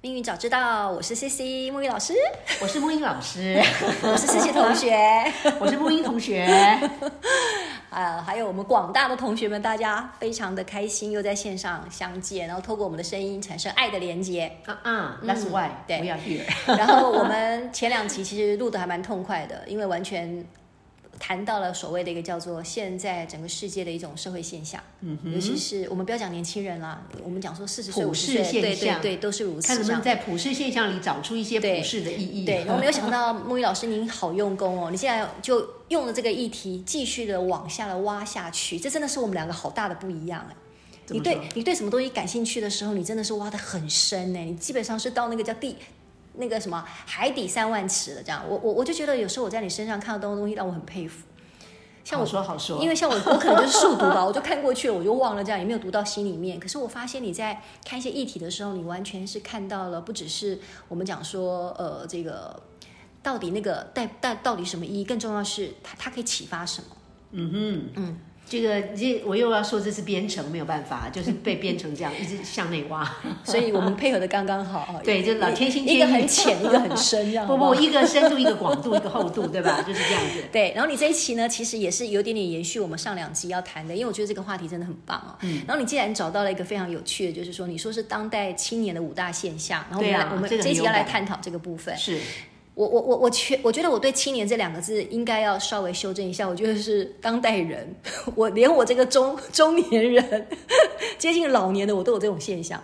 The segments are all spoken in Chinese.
命运早知道，我是 C C 沐浴老师，我是木英老师，我是 C C 同学， 我是木英同 学。呃，还有我们广大的同学们，大家非常的开心，又在线上相见，然后透过我们的声音产生爱的连 接。啊啊，That's why 对 we are here。然后我们前两期其实录的还蛮痛快的，因为完全谈到了所谓的一个叫做现在整个世界的一种社会现象，嗯、尤其是我们不要讲年轻人啦，我们讲说四十岁、普五世十岁，对现象对对，都是如此看能这不样能。在普世现象里找出一些对普世的意义。对，我没有想到木鱼老师您好用功哦，你现在就用了这个议题，继续的往下的挖下去，这真的是我们两个好大的不一样哎。怎你么对说你对什么东西感兴趣的时候，你真的是挖的很深哎呢，你基本上是到那个叫地。那个什么海底三万尺的这样，我我我就觉得有时候我在你身上看到东东西让我很佩服，像好我说好说，因为像我，我可能就是速读吧，我就看过去了，我就忘了这样，也没有读到心里面。可是我发现你在看一些议题的时候，你完全是看到了，不只是我们讲说，呃，这个到底那个带带到底什么意义，更重要是它它可以启发什么。这个这我又要说这是编程没有办法，就是被编成这样一直向内 挖。所以我们配合的刚刚好啊， 对就老天心一个天意很浅，一个很深，这样 不好好不，一个深度，一个广度，一个厚度，对吧？就是这样子。对，然后你这一期呢，其实也是有点点延续我们上两集要谈的，因为我觉得这个话题真的很棒哦。嗯然后你既然找到了一个非常有趣的，就是说你说是当代青年的五大现象，然后我们对来、啊我们这个这一很集有要来感探讨这个部分。是我我我我确我觉得我对“青年”这两个字应该要稍微修正一下，我觉得是当代人， 我连我这个中中年人 接近老年的我都有这种现象。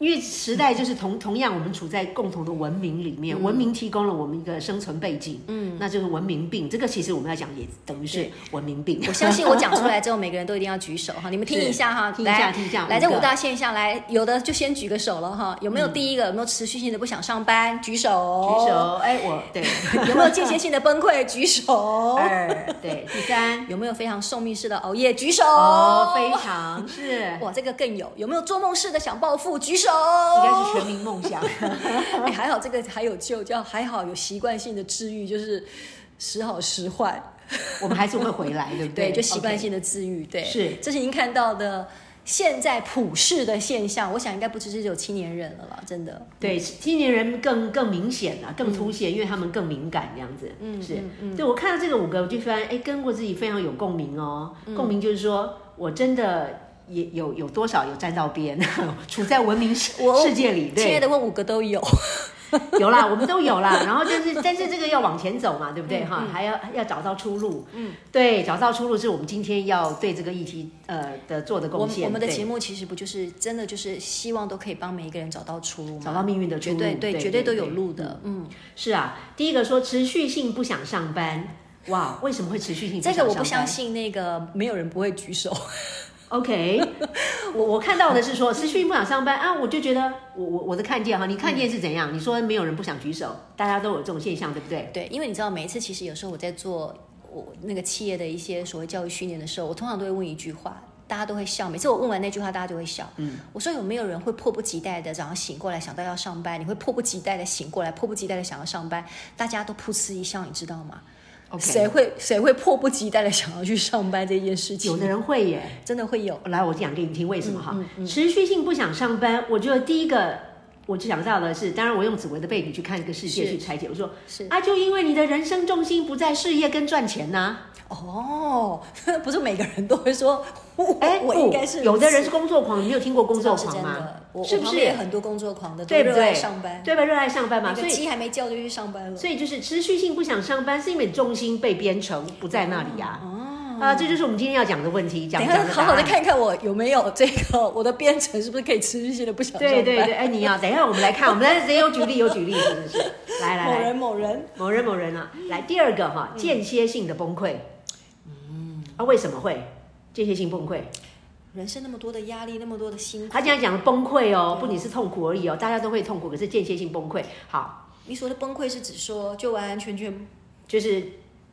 因为时代就是同同样，我们处在共同的文明里面，嗯文明提供了我们一个生存背景，嗯，那就是文明病。这个其实我们要讲也等于是对文明病。 我相信我讲出来之后，每个人都一定要举手哈，你们听一下哈，是听一来下听一下来这五个五大现象，来有的就先举个手了哈，有没有第一个？有没有持续性的不想上班？举手， 举手，哎，我 对，手，有没有间歇性的崩溃？举手，二对，第三有没有非常送命式的熬夜？举手，哦，非常是，应哇，这个更有，有没有做梦式的想暴富？举手，该是全民梦想。 哎，还好这个还有救，叫还好有习惯性的治愈，就是时好时坏，我们还是会回来，对不对，对，就习惯 OK 性的治愈，对，是这是您看到的现在普世的现象，我想应该不只是有青年人了啦，真的，对，青年人更更明显嗯了，更凸显，因为他们更敏感这样子。嗯，是。对我看到这个五个，我就发现，哎，跟我自己非常有共鸣哦。嗯共鸣就是说我真的也有有多少有沾到边， 处在文明世 我世界里，亲爱对，的问五个都有，有啦，我们都有啦。 然后就是，但是这个要往前走嘛，对不嗯对哈？还要要找到出路。嗯，对，找到出路是我们今天要对这个议题呃的做的我贡们献。我们的对节目其实不就是真的就是希望都可以帮每一个人找到出路吗？找到命运的出绝路，对对，绝对都有路的，嗯，是啊，第一个说持续性不想上班，哇，为什么会持续性不这想个上班？我不相。信，那个没有人不会举手， OK，我我看到的是说持续性不想上班啊，我就觉得我我我的看见哈，你看见是怎样？你说没有人不想举手，大家都有这种现象，对不对？对，因为你知道，每一次其实有时候我在做我那个企业的一些所谓教育训练的时候，我通常都会问一句话，大家都会笑。每次我问完那句话，大家就会笑。嗯，我说有没有人会迫不及待的早上醒过来想到要上班？你会迫不及待的醒过来，迫不及待的想要上班，大家都噗嗤一笑，你知道吗 OK 谁会谁会迫不及待的想要去上班这件事有情？的人会耶，真的会有。来，我讲给你听为什么嗯哈。持续性不想上班，我觉得第一个我就想到的是，当然我用紫薇的背景去看这个世界是去拆解，我说是啊，就因为你的人生重心不在事业跟赚钱呐、哦， 不是每个人都会说，我哎，我不应该是有的人如是此工作狂，你没有听过工这倒是作狂真吗的，我？是不我旁是边？也很多工作狂的，都对不热爱对？上班。对吧？热爱上班嘛，那所个以鸡还没叫就去上班了。所以就是持续性不想上班，是因为你重心被编程不在那里呀、啊。啊，这就是我们今天要讲的问题， 哦等讲一讲下的答好好的案。看看我有没有这个我的编程是不是可以持续性的不想上班。对对对，，哎，你要等一下，我们来看，我们来有举例有举例，是不是？来来某来人，某人某人某人啊，来第二个哈，嗯间歇性的崩溃。嗯，啊，为什么会间歇性崩溃？人生那么多的压力，那么多的辛苦。他这样讲崩溃哦，不仅是痛苦而已哦，大家都会痛苦，可是间歇性崩溃。好，你所谓的崩溃是指说就完完全全就是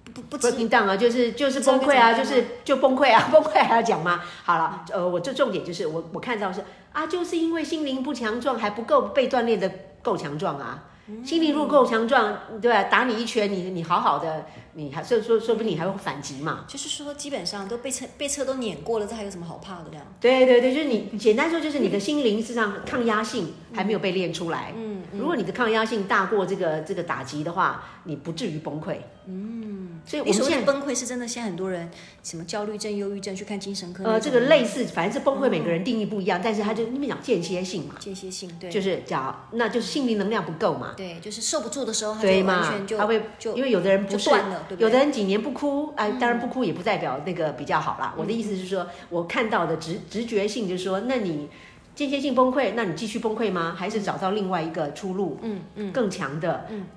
不不不知是 down 啊，就是就是知道崩溃啊，该就怎么是就崩溃啊， 崩溃还要讲吗？好了，呃，我这重点就是我我看到是啊，就是因为心灵不强壮，还不够被锻炼的够强壮啊。嗯心灵如果够强壮，对吧、打你一拳，你你好好的，你还说说说不定你还会反击嘛。就是说基本上都被车被车都碾过了，这还有什么好怕的这样？对对对，就是你简单说，就是你的心灵实上抗压性嗯还没有被练出来。嗯，如果你的抗压性大过这个这个打击的话，你不至于崩溃。嗯，所以我你们所现谓在的崩溃是真的，现在很多人什么焦虑症、忧郁症去看精神科那种，呃，这个类似，反正是崩溃，每个人定义不一样，但是他就你们讲间歇性嘛，间歇性，嗯对，就是讲那就是心灵能量不够嘛，对，就是受不住的时候，他对就完嘛全？就他会就因为有的人不就是断了，对不对？嗯有的人几年不哭，哎，当然不哭也不代表那个比较好啦。我的意思是说，我看到的直直觉性就是说，那你间歇性崩溃，那你继续崩溃吗？还嗯是找到另外一个出路？嗯嗯，更强的，嗯，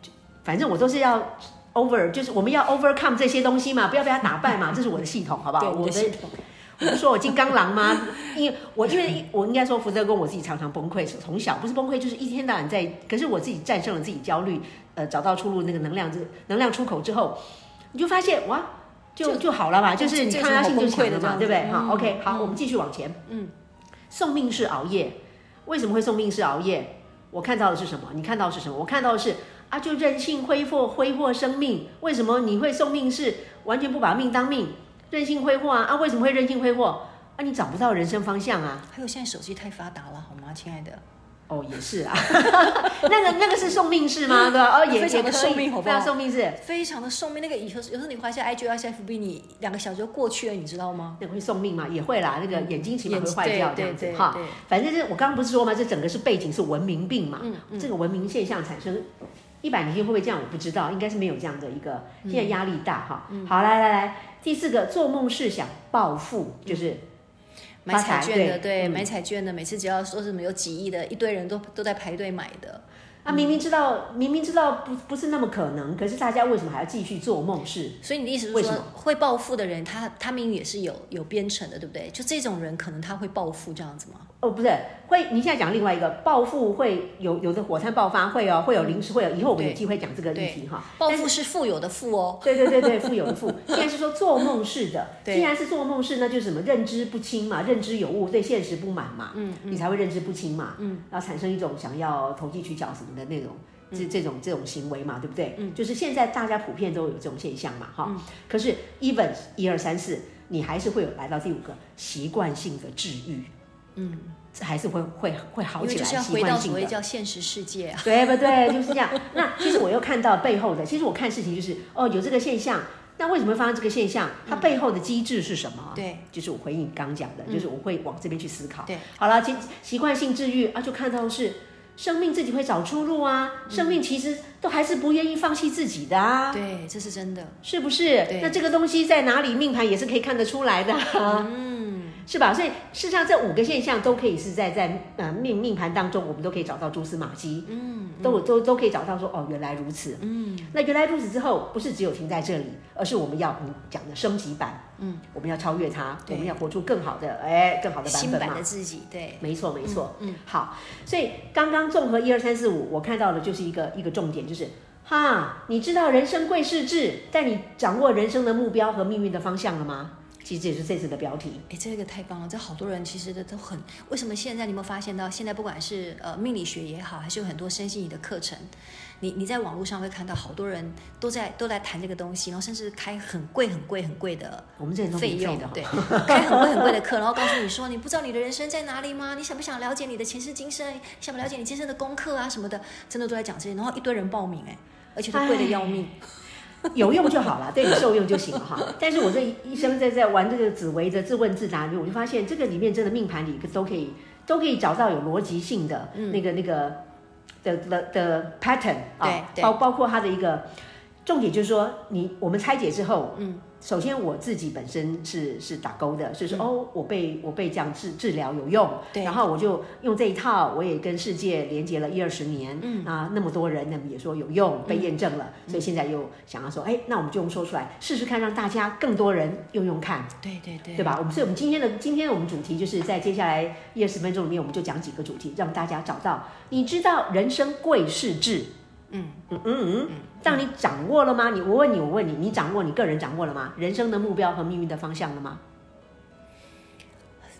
反正我都是要 over，就是我们要 overcome 这些东西嘛，不要被它打败嘛，这是我的系统，好不好？对我你的的系统，我不说我金刚狼吗？ 因为我因为我应该说福德宫，我自己常常崩溃，从小不是崩溃就是一天到晚在，可是我自己战胜了自己焦虑，呃，找到出路那个能量，这能量出口之后，你就发现哇，就就就好了嘛，这就是你这有抗压什么性就好崩强溃的了这嘛，样对不对？子好嗯，OK，好，我们继续往前。嗯，送命是熬夜，为什么会送命是熬夜？我看到的是什么？你看到的是什么？我看到的是啊，就任性挥霍挥霍生命。为什么你会送命是完全不把命当命，任性挥霍啊？啊，为什么会任性挥霍？啊，你找不到人生方向啊。还有现在手机太发达了，好吗，亲爱的？哦，也是啊， 那个那个是送命是吗？对吧？哦，也啊非常也的可以，送命好不好非常送命哦是，非常的寿命，那个以后有时候你滑一下 IG、FB，你两个小时就过去了，你知道吗？那个会送命嘛？也会啦，那个眼睛起码嗯眼会睛坏掉这对样子对哈。对反正是我刚刚不是说嘛，这整个是背景是文明病嘛，嗯这个文明现象产生。一百年前会不会这样？我不知道，应该是没有这样的一个。嗯现在压力大哈。好，来来来，第四个，做梦是想暴富，就是嗯买彩券的，发财对对，嗯买彩券的，每次只要说什么有几亿的，一堆人都都在排队买的。啊，明明知道，明明知道不不是那么可能，可是大家为什么还要继续做梦？是所以你的意思为是什说么，会暴富的人，他他命运也是有有编程的，对不对？就这种人，可能他会暴富这样子吗？哦，不是，会，你现在讲另外一个暴富会有有的火山爆发会哦，会有临时会有，以后我们有对机会讲这个议题对哈。暴富是富有的富哦，对对对对，富有 的富，现在是说做梦式的，对既然是做梦式，那就是什么认知不清嘛，认知有误，对现实不满嘛，嗯，你才会认知不清嘛，嗯，然后产生一种想要投机取巧什么的那种。嗯这这种这种行为嘛，对不对？嗯，就是现在大家普遍都有这种现象嘛，嗯哈、可是，even 一二三四，你还是会有来到第五个习惯性的治愈，嗯，这还是会会会好因为起就来。是要习回到惯性所的。谓叫现实世界啊。对不对？就是这样。那其实我又看到背后的，其实我看事情就是哦，有这个现象，那为什么会发生这个现象？它背后的机制是什么？对，就是我回应你刚讲的，就是我会往这边去思考。对，好了，习习惯性治愈啊，就看到是生命自己会找出路啊，生命其实都还是不愿意放弃自己的啊。对，这是真的。是不是对？那这个东西在哪里？命盘也是可以看得出来的、啊，嗯，是吧？所以事实上，这五个现象都可以是在在呃命命盘当中，我们都可以找到蛛丝马迹，嗯，都都都可以找到说哦，原来如此，嗯，那原来如此之后，不是只有停在这里，而是我们要嗯讲的升级版，嗯，我们要超越它，对我们要活出更好的，哎，更好的版新本版嘛的。自己，对，没错，没错，嗯，好，所以刚刚综合一二三四五，我看到的就是一个一个重点，就是哈，你知道人生贵是志，但你掌握人生的目标和命运的方向了吗？其实这也是这次的标题，哎，这个太棒了！这好多人其实都很，为什么现在你有没有发现到，现在不管是呃命理学也好，还是有很多身心灵的课程，你你在网络上会看到好多人都在都在谈这个东西，然后甚至开很贵很贵很贵的我们这里都费免费用的， 对，开很贵很贵的课，然后告诉你说，你不知道你的人生在哪里吗？你想不想了解你的前世今生？想不了解你今生的功课啊什么的？真的都在讲这些，然后一堆人报名哎、而且都贵的要命。哎有用就好了，对你受用就行 了哈。但是我这一一生在在玩这个紫薇的自问自答里面，我就发现这个里面真的命盘里都可以都可以找到有逻辑性的嗯那个、那个的的的 pattern 对啊，对包包括它的一个重点就是说，你我们拆解之后，嗯，首先我自己本身是是打勾的，所以说、哦，我被我被这样治治疗有用，对然后我就用这一套，我也跟世界连接了一二十年，嗯啊，那么多人那么也说有用，被验证了，所以现在又想要说，哎，那我们就用说出来试试看，让大家更多人用用看。对对对，对吧？我们所以我们今天的今天我们主题就是在接下来一二十分钟里面，我们就讲几个主题，让大家找到。你知道人生贵是智，嗯嗯嗯嗯，让你掌握了吗？你我问你，我问你，你掌握你个人掌握了吗？人生的目标和命运的方向了吗？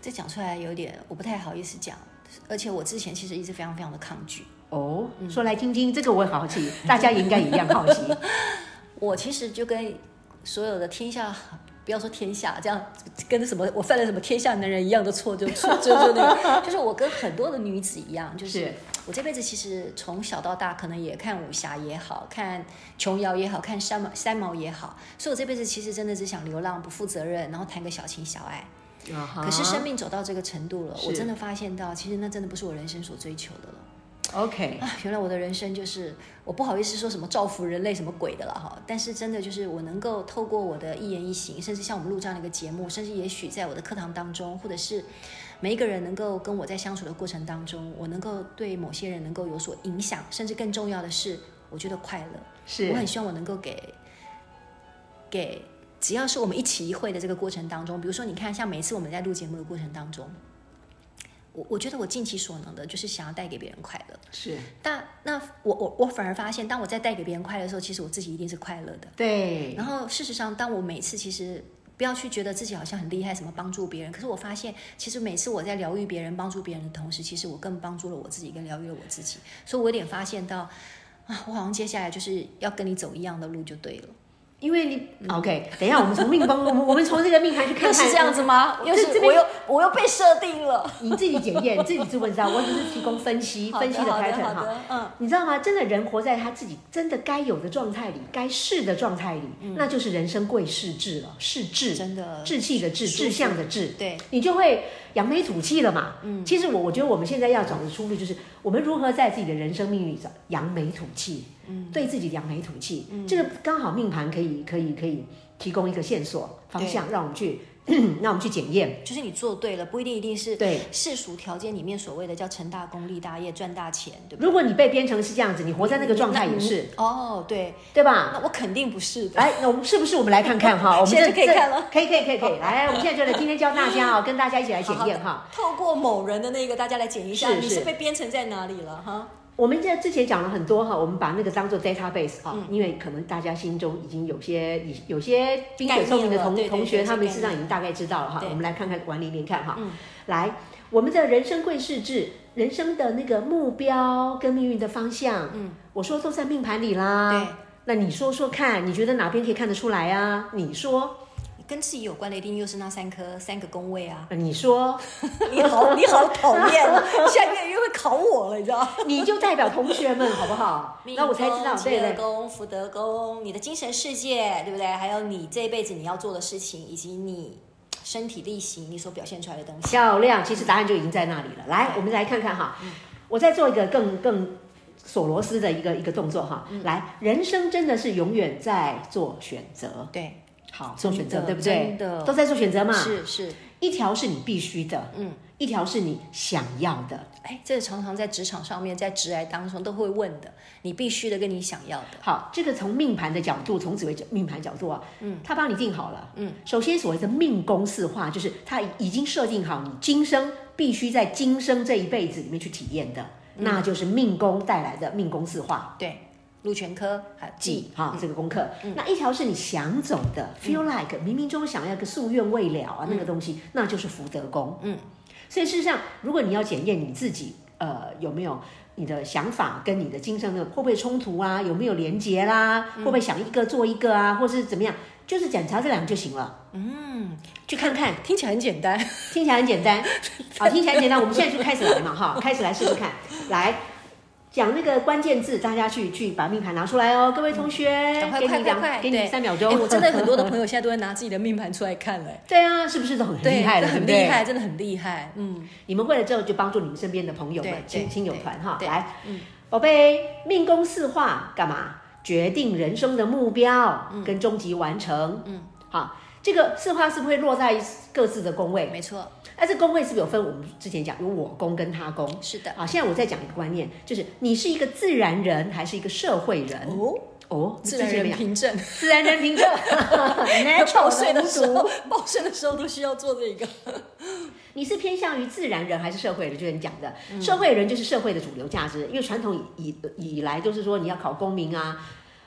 这讲出来有点我不太好意思讲，而且我之前其实一直非常非常的抗拒。哦，说来听听，这个我也好奇，大家也应该一样好奇。 我其实就跟所有的天下，不要说天下，这样跟什么我犯了什么天下男人一样的错，就错就就那个，就是我跟很多的女子一样，就是是我这辈子其实从小到大，可能也看武侠也好看琼瑶也好看三毛三毛也好，所以我这辈子其实真的只想流浪，不负责任，然后谈个小情小爱。可可是生命走到这个程度了，啊是我真的发现到，其实那真的不是我人生所追求的了。 OK，啊，原来我的人生就是我不好意思说什么造福人类什么鬼的了哈，但是真的就是我能够透过我的一言一行，甚至像我们录这样的一个节目，甚至也许在我的课堂当中，或者是每一个人能够跟我在相处的过程当中，我能够对某些人能够有所影响，甚至更重要的是，我觉得快乐，是我很希望我能够给给。只要是我们一起一会的这个过程当中，比如说，你看，像每次我们在录节目的过程当中，我我觉得我尽其所能的，就是想要带给别人快乐。是，但那我我我反而发现，当我在带给别人快乐的时候，其实我自己一定是快乐的。对然后事实上，当我每次其实不要去觉得自己好像很厉害，什么帮助别人，可是我发现，其实每次我在疗愈别人、帮助别人的同时，其实我更帮助了我自己，跟疗愈了我自己。所以我有点发现到，啊，我好像接下来就是要跟你走一样的路就对了。因为你 OK，等一下我们从命宫，我们我们从这个命盘去看 又看是这样子吗？ 又是这这边我又我又被设定了。你自己 检验，你自己自问自答，我只是提供分析好分析的好 pattern 好哈的。，嗯。你知道吗？真的人活在他自己真的该有的状态里，该是的状态里，那就是人生贵是志了，是志，嗯真的志气的志，舒服志向的志，对，你就会扬眉吐气了嘛。嗯，其实我我觉得我们现在要找的出路就是，我们如何在自己的人生命运里找扬眉吐气，嗯，对自己扬眉吐气，嗯这个刚好命盘可以可以可以提供一个线索方向，让我们去 让我们去检验，就是你做对了，不一定一定是对世俗条件里面所谓的叫成大功立大业赚大钱，对不对？如果你被编程是这样子，你活在那个状态也是，哦，对，对吧？那我肯定不是的。来，那我们是不是我们来看 看哈？我们现在就可以这看了，可以可以可以可以。来，我们现在就来，今天教大家 啊，跟大家一起来检验哈。透过某人的那个，大家来检一下，是你是是被编程在哪里了哈？我们在之前讲了很多哈，我们把那个当做 database 啊，嗯因为可能大家心中已经有些已有些冰雪聪明的概念了同对对同学，对他们对事实上已经大概知道了哈。对嗯我们来看看玩连连看哈。来，我们的人生贵是志，人生的那个目标跟命运的方向，嗯，我说都在命盘里啦对。那你说说看，你觉得哪边可以看得出来啊？你说，！跟自己有关的，一定又是那三颗三个宫位啊 呃你说，你好，你好讨厌 哦，下个月会考我了，你知道？你就代表同学们好 不好？那我才知命道，对宫对极乐宫、福德宫，你的精神世界，对不对？还有你这辈子你要做的事情，以及你身体力行你所表现出来的东西。漂亮，其实答案就已经在那里了。来，嗯我们来看看哈，我再做一个更更索罗斯的一个一个动作哈。嗯来，人生真的是永远在做选择，对，好做选择，真的对不对真？的都在做选择嘛。是是，一条是你必须的，嗯，一条是你想要的。哎，这常常在职场上面，在职癌当中都会问的，你必须的跟你想要的，好，这个从命盘的角度，从紫微角命盘角度啊，嗯，他帮你定好了，嗯，首先所谓的命宫四化，就是他已经设定好你今生必须在今生这一辈子里面去体验的，那就是命宫带来的命宫四化。对，陆全科还有记记，哈这个功课，那一条是你想走的，feel like 冥冥中想要个夙愿未了啊，那个东西，那就是福德宫。嗯，所以事实上，如果你要检验你自己，呃，有没有你的想法跟你的精神的会不会冲突啊，有没有连结啦，会不会想一个做一个啊，或是怎么样，就是检查这两个就行了。嗯，去看看，听起来很简单，听起来很简 单，好，听起来很简单。我们现在就开始来嘛，哈，开始来试试看，来讲那个关键字，大家去去把命盘拿出来哦，各位同学，嗯 赶快给快你快两，快，给你对三秒钟。哎我真的很多的朋友现在都会拿自己的命盘出来看了，哎 对啊，是不是都很对，厉害这了？对很厉不对？害，真的很厉害，嗯，你们会了之后就帮助你们身边的朋友们对、亲对亲友对团哈，对嗯来，宝贝，命宫四化干嘛？决定人生的目标跟终极完成，嗯，好，这个四化是不是会落在各自的宫位？没错，那这宫位是不是有分？我们之前讲有我宫跟他宫。是的。啊好，现在我再讲一个观念，就是你是一个自然人还是一个社会人？哦，哦，自然之前人没讲凭证，自然人 凭证报，natural 税的时无候毒，报税的时候都需要做 这个。你是偏向于自然人还是社会人？就是你讲的，嗯社会人就是社会的主流价值，因为传统以以以来都是说你要考功名啊，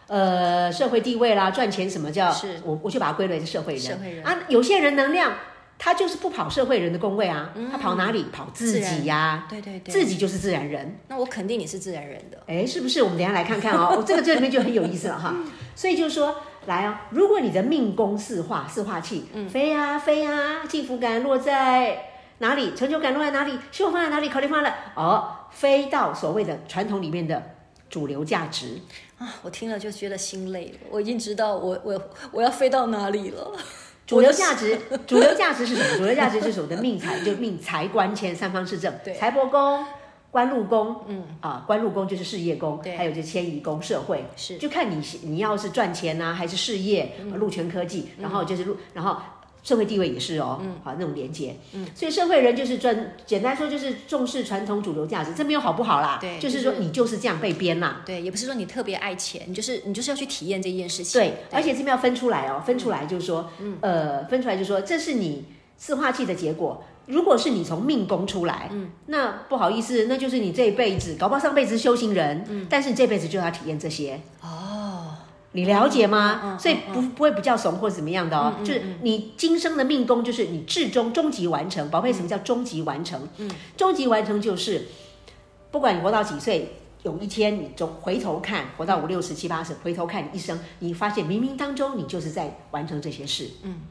呃，社会地位啦，赚钱什么叫？是我我就把它归类为社会人。社会人啊，有些人能量他就是不跑社会人的工位啊，他跑哪里？跑自己呀、对嗯对对，自己就是自然人。那我肯定你是自然人的。哎，是不是？我们等一下来看看 哦。我这个这里面就很有意思了哈。所以就是说，来哦，如果你的命宫四化四化气，嗯飞啊飞啊，幸福感落在哪里？成就感落在哪里？希望放在哪里？考虑放在哪里哦，飞到所谓的传统里面的主流价值。啊，我听了就觉得心累了，我已经知道我我我要飞到哪里了。主流价值，主流价值是什么？主流价值就是我的命财，就命财官迁三方四正，对财帛宫、官禄宫，嗯啊，官禄宫就是事业宫，对还有就迁移宫、社会，是嗯就看你你要是赚钱呐、还是事业，禄权科技，然后就是禄，然后。社会地位也是哦，好那种连接，嗯，所以社会人就是专，简单说就是重视传统主流价值，这没有好不好啦，对就是就说是你就是这样被编啦，对，也不是说你特别爱钱，你就是你就是要去体验这件事情。哎对，而且这边要分出来哦，分出来就是说，嗯呃，分出来就是说，这是你四化气的结果。如果是你从命宫出来，嗯那不好意思，那就是你这一辈子，搞不好上辈子是修行人，嗯但是你这辈子就要体验这些。哦，你了解吗？嗯嗯嗯所以不不会比较怂或者怎么样的哦，嗯嗯就是你今生的命宫，就是你至终终极完成。宝贝，什么叫终极完成？嗯，终极完成就是不管你活到几岁，有一天你总回头看，活到五六十七八十，回头看你一生，你发现冥冥当中你就是在完成这些事。嗯。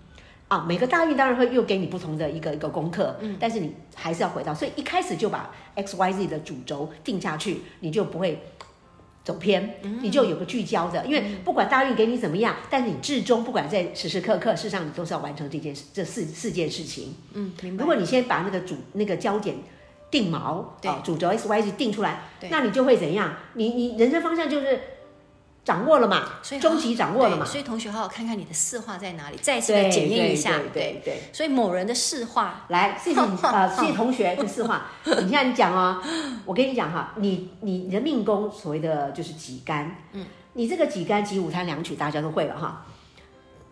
啊，每个大运当然会又给你不同的一个一个功课，嗯，但是你还是要回到，所以一开始就把 X Y Z 的主轴定下去，你就不会走偏，嗯你就有个聚焦的，因为不管大运给你怎么样，但是你至终不管在时时刻刻，事实上你都是要完成这件事，这四四件事情。嗯，明白。如果你先把那个主那个焦点定锚，对啊主轴 X Y Z 定出来对，那你就会怎样？你你人生方向就是掌握了嘛所以，终极掌握了嘛对，所以同学好好看看你的四化在哪里，再次对，的检验一下。对对对。所以某人的四化，来，谢谢你啊、谢谢同学这四话。你看你讲哦，我跟你讲哈，你你你的命宫所谓的就是己干，嗯，你这个己干己午贪两曲大家都会了哈。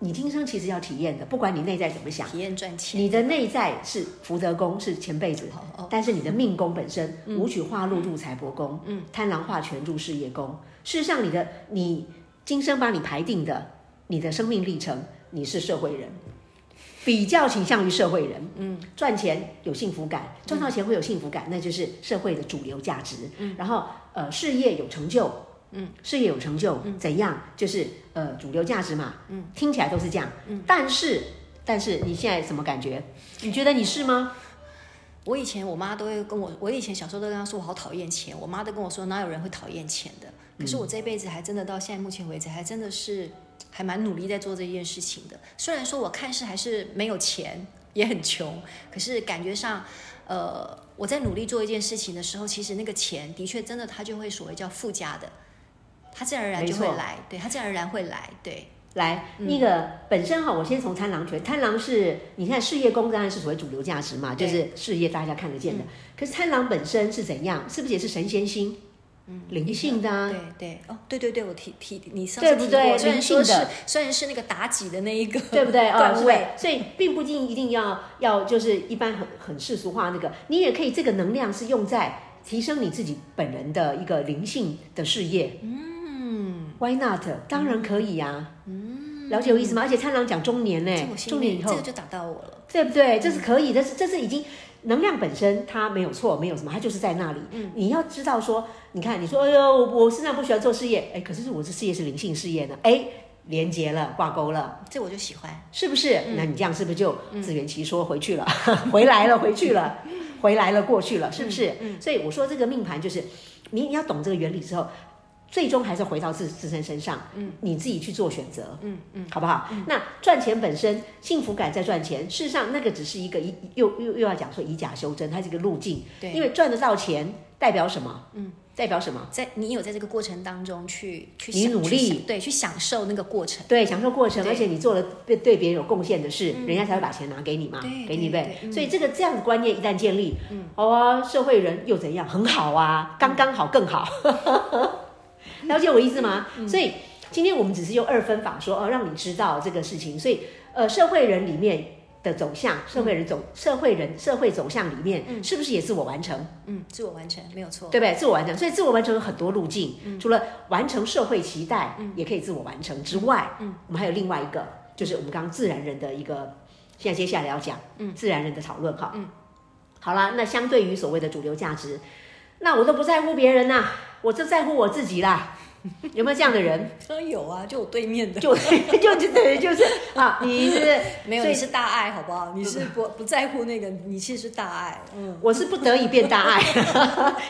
你今生其实要体验的，不管你内在怎么想，体验赚钱。你的内在是福德宫是前辈子，哦哦但是你的命宫本身武曲化禄入财帛宫，嗯，贪狼化权入事业宫。事实上，你的你今生把你排定的，你的生命历程，你是社会人，比较倾向于社会人，嗯，赚钱有幸福感，赚到钱会有幸福感，那就是社会的主流价值。嗯，然后呃，事业有成就。嗯，事业有成就，怎样？就是呃，主流价值嘛，嗯，听起来都是这样，嗯，但是但是你现在什么感觉？你觉得你是吗？我以前我妈都会跟我，我以前小时候都跟她说我好讨厌钱，我妈都跟我说哪有人会讨厌钱的。可嗯是我这辈子还真的到现在目前为止，还真的是还蛮努力在做这件事情的。虽然说我看似还是没有钱，也很穷，可是感觉上，呃，我在努力做一件事情的时候，其实那个钱的确真的它就会所谓叫附加的，它自然而然就会没错来，对，它自然而然会来，对，来，那个本身哈，我先从贪狼学。贪狼是你看事业宫当然是所谓主流价值嘛，就对嗯是事业大家看得见的。可是贪狼本身是怎样？是不是也是神仙星？嗯，灵性的啊对。对哦，对对对，我提提你上对次不提对过，虽然灵说性是的虽然是那个妲己的那一个，对不对？哦，段是位的，所以并不一定一定要要就是一般很很世俗化那个，你也可以这个能量是用在提升你自己本人的一个灵性的事业。嗯，Why not？当然可以呀、嗯，了解我意思吗？而且参郎讲中年呢这我，中心年里以这后个，就打到我了。对不对？这是可以，但是这是已经能量本身它没有错，没有什么，它就是在那里。嗯，你要知道说，你看你说，哎呦，我我身上不喜欢做事业，哎，可是我这事业是灵性事业呢，哎，连接了，挂钩了。这我就喜欢，是不是？那你这样是不是就自圆其说回去了， 回来了，回去了，回来了，过去了，是不是？所以我说这个命盘就是，你你要懂这个原理之后，最终还是回到自自身身上，嗯，你自己去做选择，嗯嗯，好不好？那赚钱本身，幸福感在赚钱，事实上那个只是一个一又又又要讲说以假修真，它是一个路径，对因为赚得到钱代表什么？嗯，代表什么？在你有在这个过程当中去去你享努去力享对，去享受那个过程。对，享受过程，对而且你做了对对别人有贡献的事，嗯人家才会把钱拿给你嘛对，给你呗对。对嗯嗯所以这个这样的观念一旦建立，好啊，社会人又怎样？很好啊，刚刚好更好。 了解我意思吗？嗯所以今天我们只是用二分法说哦，让你知道这个事情。所以呃，社会人里面的走向，社会人走，社会人社会走向里面，是不是也自我完成？嗯，自我完成没有错。对不对？自我完成，所以自我完成有很多路径，嗯除了完成社会期待，也可以自我完成之外，嗯我们还有另外一个，就是我们刚刚自然人的一个，现在接下来要讲，自然人的讨论哈，嗯好啦，那相对于所谓的主流价值，那我都不在乎别人呐、我就在乎我自己 啦，有没有这样的人？当然有啊，就我对面的，就 就就对，就是啊，你是 没有所以你是大爱，好不好？你是不不在乎那个，你其实是大爱。嗯，我是不得已变大爱，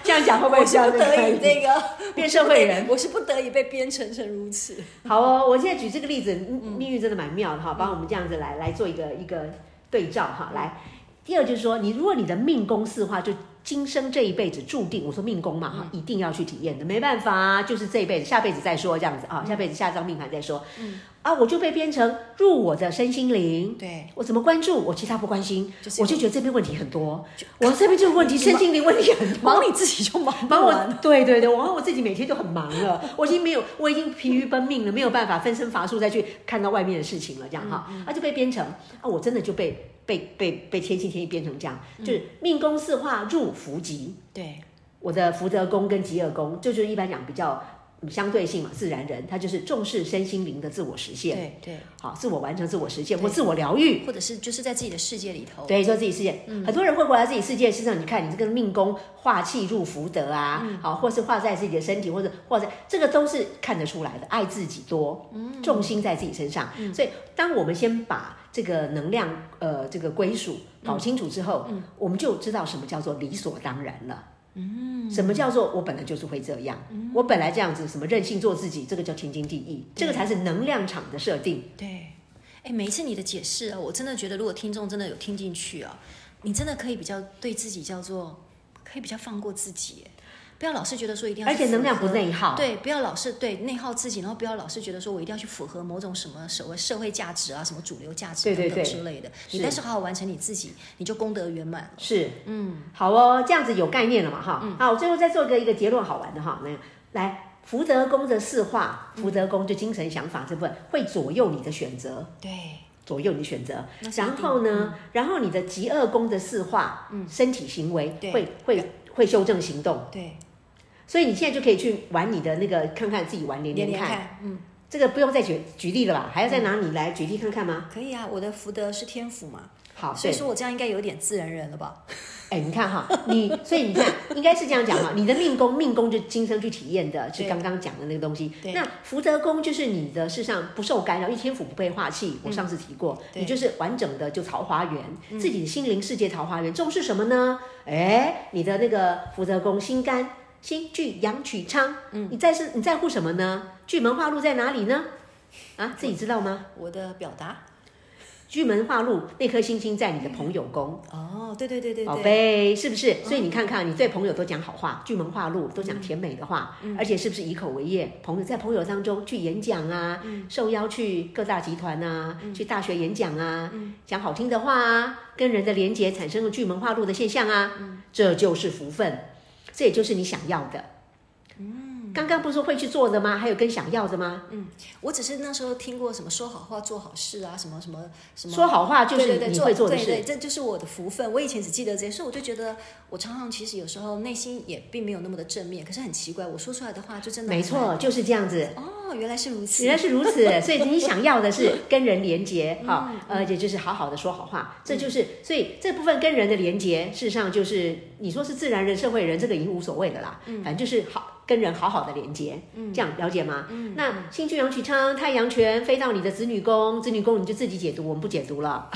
这样讲会不会我是像不那个得已这个 变社会人？我是不得已被编程成如此。好哦，我现在举这个例子，嗯嗯命运真的蛮妙的哈，帮我们这样子来来做一个一个对照哈。嗯来，第二就是说，你如果你的命宫四化，就今生这一辈子注定，我说命宫嘛哈，嗯一定要去体验的，没办法啊，就是这一辈子，下辈子再说这样子嗯啊，下辈子下张命盘再说。嗯，啊，我就被编成入我的身心灵。对，我怎么关注？我其他不关心，就是我就觉得这边问题很多，我这边这个 问题，身心灵问题很多，忙你自己就忙忙不我完。对对对，我我自己每天都很忙了， 我已经没有，我已经疲于奔命了，没有办法分身乏术再去看到外面的事情了，这样嗯哈，啊就被编成啊，我真的就被被被被天气天意编成这样，嗯就是命宫四化入福吉，对，我的福德宫跟吉厄宫，这就是一般讲比较嗯相对性嘛，自然人他就是重视身心灵的自我实现，对对，好，自我完成、自我实现或对自我疗愈，或者是就是在自己的世界里头。对，说自己世界，嗯很多人会活在自己世界。事实上，你看你这个命宫化气入福德啊，嗯好，或是化在自己的身体，或者化在这个都是看得出来的。爱自己多，嗯重心在自己身上。所以，当我们先把这个能量，呃，这个归属嗯搞清楚之后，我们就知道什么叫做理所当然了。嗯什么叫做我本来就是会这样，我本来这样子，什么任性做自己，这个叫天经地义，这个才是能量场的设定。对，哎，每一次你的解释啊，我真的觉得，如果听众真的有听进去啊，你真的可以比较对自己叫做可以比较放过自己耶，不要老是觉得说一定要而去且能量符合不内耗对，不要老是对内耗自己，然后不要老是觉得说我一定要去符合某种什么所谓社会价值啊、什么主流价值对对等等对之类的，是你但是好好完成你自己，你就功德圆满了。是，嗯，好哦，这样子有概念了嘛哈。嗯好，我最后再做一个一个结论，好玩的哈。那样来，福德宫的四化，嗯福德宫就精神想法这部分会左右你的选择，对，左右你的选择那。是一定嗯然后呢，然后你的极恶宫的四化，身体行为对会会会修正行动，对，所以你现在就可以去玩你的那个，看看自己玩连连连连看。看，嗯，这个不用再举举例了吧？还要再拿你来举例看看吗？可以啊，我的福德是天府嘛，好，所对以。说我这样应该有点自然人了吧？哎，你看哈，你所以你看，应该是这样讲哈，你的命宫，命宫就今生去体验的，是对刚刚讲的那个东西。对那福德宫就是你的世上不受干扰，因为天府不被化气，我上次提过，嗯对嗯你就是完整的就桃花源，自己的心灵世界桃花源。重视什么呢？哎，你的那个福德宫心肝。心聚阳曲昌，嗯，你在是你在乎什么呢？巨门化禄在哪里呢？啊，自己知道吗？我的表达，巨门化禄那颗星星在你的朋友宫，哦，对对对嗯对宝对，贝，是不是？所以你看看，你对朋友都讲好话，聚门话录，都嗯讲甜美的话，而且是不是以口为业？朋友在朋友当中去演讲啊，嗯受邀去各大集团啊，去大学演讲啊，嗯讲好听的话啊，跟人的连结产生了聚门话录的现象啊，嗯这就是福分，这也就是你想要的。嗯刚刚不是说会去做的吗？还有跟想要的吗？我只是那时候听过什么说好话做好事啊，什么什么什么。说好话就对对是对，你会做的对事，对，这就是我的福分。我以前只记得这些，所以我就觉得我常常其实有时候内心也并没有那么的正面，可是很奇怪，我说出来的话就真的没错，就是这样子。哦，原来是如此，原来是如此，所以你想要的是跟人连结，哈、而且就是好好的说好话，这就是，所以这部分跟人的连结，事实上就是你说是自然人、社会人，这个已经无所谓了啦，反正就是好跟人好好的连接，这样了解吗？那新巨阳曲昌太阳拳飞到你的子女宫，子女宫你就自己解读，我们不解读了，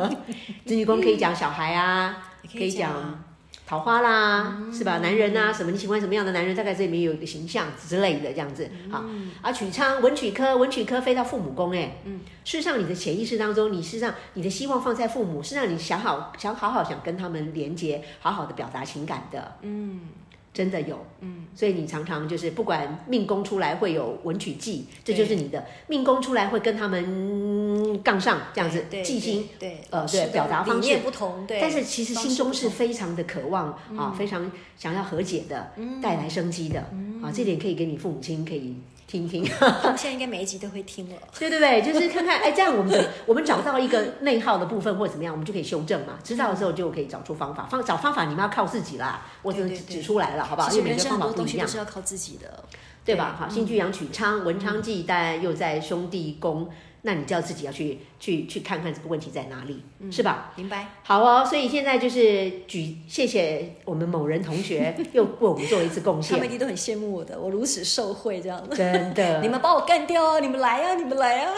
子女宫可以讲小孩啊，也可以啊桃花啦，是吧？男人啊，什么你喜欢什么样的男人，大概这里面有一个形象之类的这样子好，啊，曲昌文曲科，文曲科飞到父母宫，哎，嗯，事实上你的潜意识当中，你事实上你的希望放在父母，事实上你想好想好好想跟他们连接，好好的表达情感的，嗯，真的有，嗯，所以你常常就是不管命宫出来会有文曲忌，这就是你的命宫出来会跟他们杠上这样子对，忌星，对，呃，是对，的表达方理式念不同，对，但是其实方式心中不是同非常的渴望啊，非常想要和解的，带来生机的啊，这点可以给你父母亲可以听听， 他们现在应该每一集都会听了。对对对，就是看看，哎，这样我们 的我们找到一个内耗的部分或者怎么样，我们就可以修正嘛。知道的时候就可以找出方法，方找方法你们要靠自己啦，我只对能对对指出来了， 好不好？其因实为每人个生方很法多东不一西都样是，要靠自己的，对嗯吧？好，新居阳曲昌，文昌忌，但又在兄弟宫，那你就要自己要去去去看看这个问题在哪里，是吧？明白？好哦，所以现在就是举谢谢我们某人同学又为我们做了一次贡 他们一献，定都很羡慕我的，我如此受惠这样的。真的，你们把我干掉啊！你们来啊！你们来啊！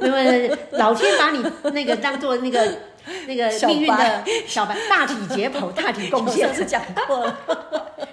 没有没有没有老天把你那个当做那个那个小白命运的小白，大体解剖、大体贡我 献上，次讲过了，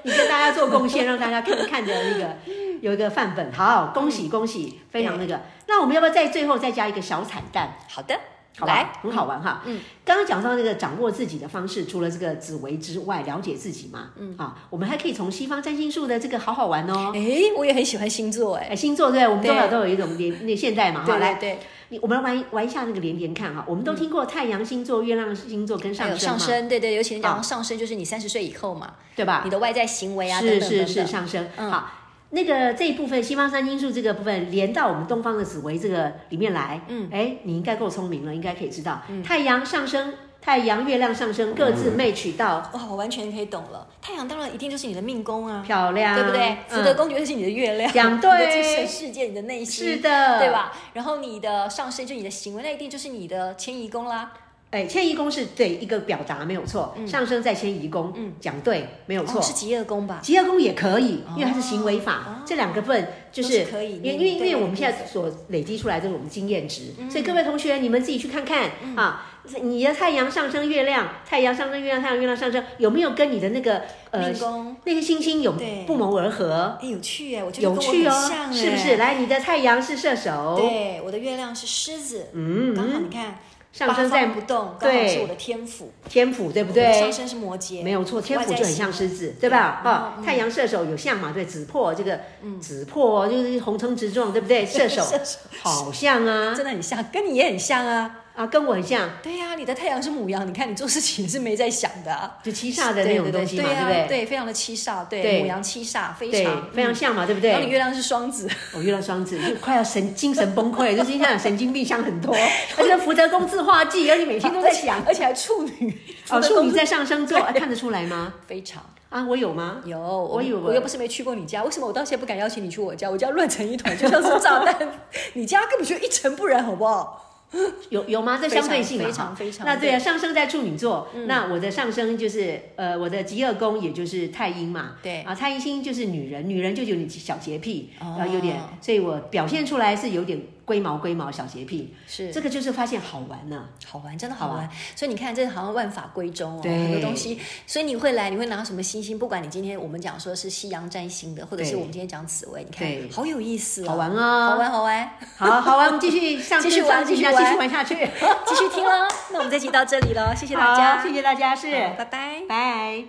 你跟大家做贡献，让大家看看着那个有一个范本，好，恭嗯喜恭喜，非常那个。那我们要不要在最后再加一个小彩蛋？好的， 好吧来，很好玩哈。嗯，刚刚讲到那个掌握自己的方式，除了这个紫薇之外，了解自己嘛。嗯，啊，我们还可以从西方占星术的这个好好玩哦。哎，我也很喜欢星座，哎，哎，星座对，我们多少对都有一种连那现代嘛哈。对来对，对，你我们来玩玩一下那个连连看哈。我们都听过太阳星座、月亮星座跟还有上升啊上嘛，升，对对，尤其人好讲上升就是你三十岁以后嘛，对吧你？的外在行为啊，等是等是等是等。上升。嗯好，那个这一部分西方三星术这个部分连到我们东方的紫薇这个里面来，嗯，哎，你应该够聪明了，应该可以知道嗯太阳上升、太阳、月亮上升各自 match 到哦哇，我完全可以懂了。太阳当然一定就是你的命宫啊，漂亮，对不对？福嗯德宫绝对是你的月亮，讲你的精对神世界，你的内心，是的，对？吧？然后你的上升就你的行为，那一定就是你的迁移宫啦。哎，迁移宫是对一个表达没有错，上升在迁移宫，嗯，讲对没有嗯错哦、。是极恶宫吧？极恶宫也可以，因为它是行为法，哦这两个份就都是是可以因那为因个为因对为我们对嗯现在所累积出来都是我们经验值，所以各位同学你们自己去看看、啊，你的太阳上升月亮，太阳上升月亮，太阳月亮上升有没有跟你的那个呃命宫，那些星星有对不谋而合？哎，有趣哎，我觉得有跟我趣很像哦，哎，是不是？？来，你的太阳是射手，对，我的月亮是狮子，嗯，刚好你看上升八在方不动，刚好对是我的天府，天府，对不我的上对？升是摩羯，没有错，天府外就在很像行狮为子，对吧？对哈、嗯太阳射手有像嘛？对，子破这个，子破就是红橙直撞，对不 对？射手射手好像啊真的很像，跟你也很像啊。啊，跟我很像，对呀、你的太阳是母羊，你看你做事情是没在想的、啊。就七煞的那种东西嘛，对对啊不对对？非常的七煞，对，对母羊七煞，非对常，非常像嘛，对嗯不然后你对？月亮是双子，，我遇到双子，就快要神精神崩溃，就是现在神经病像很多，而且福德宫自化忌，而且每天都在 想而且还处女，哦，处处女女在上升座，啊看得出来吗？非常啊，我有吗？有，我以为我又不是没去过你家，为什么我到现在不敢邀请你去我家？我家乱成一团，就像是炸弹，你家根本就一尘不染，好不好？有有吗？这相对性嘛非常哈非常嗯那对啊，上升在处女座，那我的上升就是呃，我的极恶宫也就是太阴嘛，对啊，太阴星就是女人，女人就有点小洁癖，哦然后有点，所以我表现出来是有点龟毛龟毛小洁癖，是这个就是发现好玩啊 呢，好玩，真的好玩。所以你看，这好像万法归宗哦，对很多东西。所以你会来，你会拿什么星星？不管你今天我们讲说是西洋占星的，或者是对我们今天讲紫薇，你对看好有意思哦，好玩好哦，玩，好玩。 好好玩，我们继续上继续玩继续继续玩继续玩下去，继续听喽。那我们这集到这里喽，谢谢大好家，谢谢大家，是，啊好拜拜。拜。